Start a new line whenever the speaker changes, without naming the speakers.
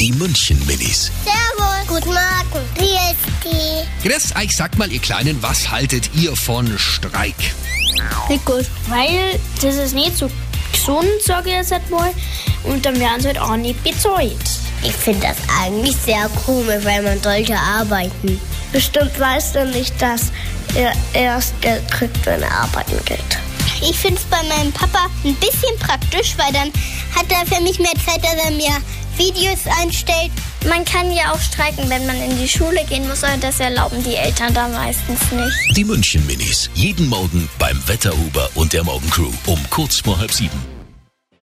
Die München Minis.
Servus. Guten Morgen. Wie die?
Grüß euch, sagt mal, ihr Kleinen, was haltet ihr von Streik?
Nicht gut.
Weil das ist nicht so gesund, sage ich jetzt mal. Und dann werden sie halt auch nicht bezahlt.
Ich finde das eigentlich sehr komisch, weil man sollte arbeiten.
Bestimmt weiß er nicht, dass er erst Geld kriegt, wenn er arbeiten geht.
Ich finde es bei meinem Papa ein bisschen praktisch, weil dann hat er für mich mehr Zeit, dass er mir Videos einstellt.
Man kann ja auch streiken, wenn man in die Schule gehen muss, aber das erlauben die Eltern da meistens nicht.
Die München Minis. Jeden Morgen beim Wetterhuber und der Morgencrew um kurz vor halb sieben.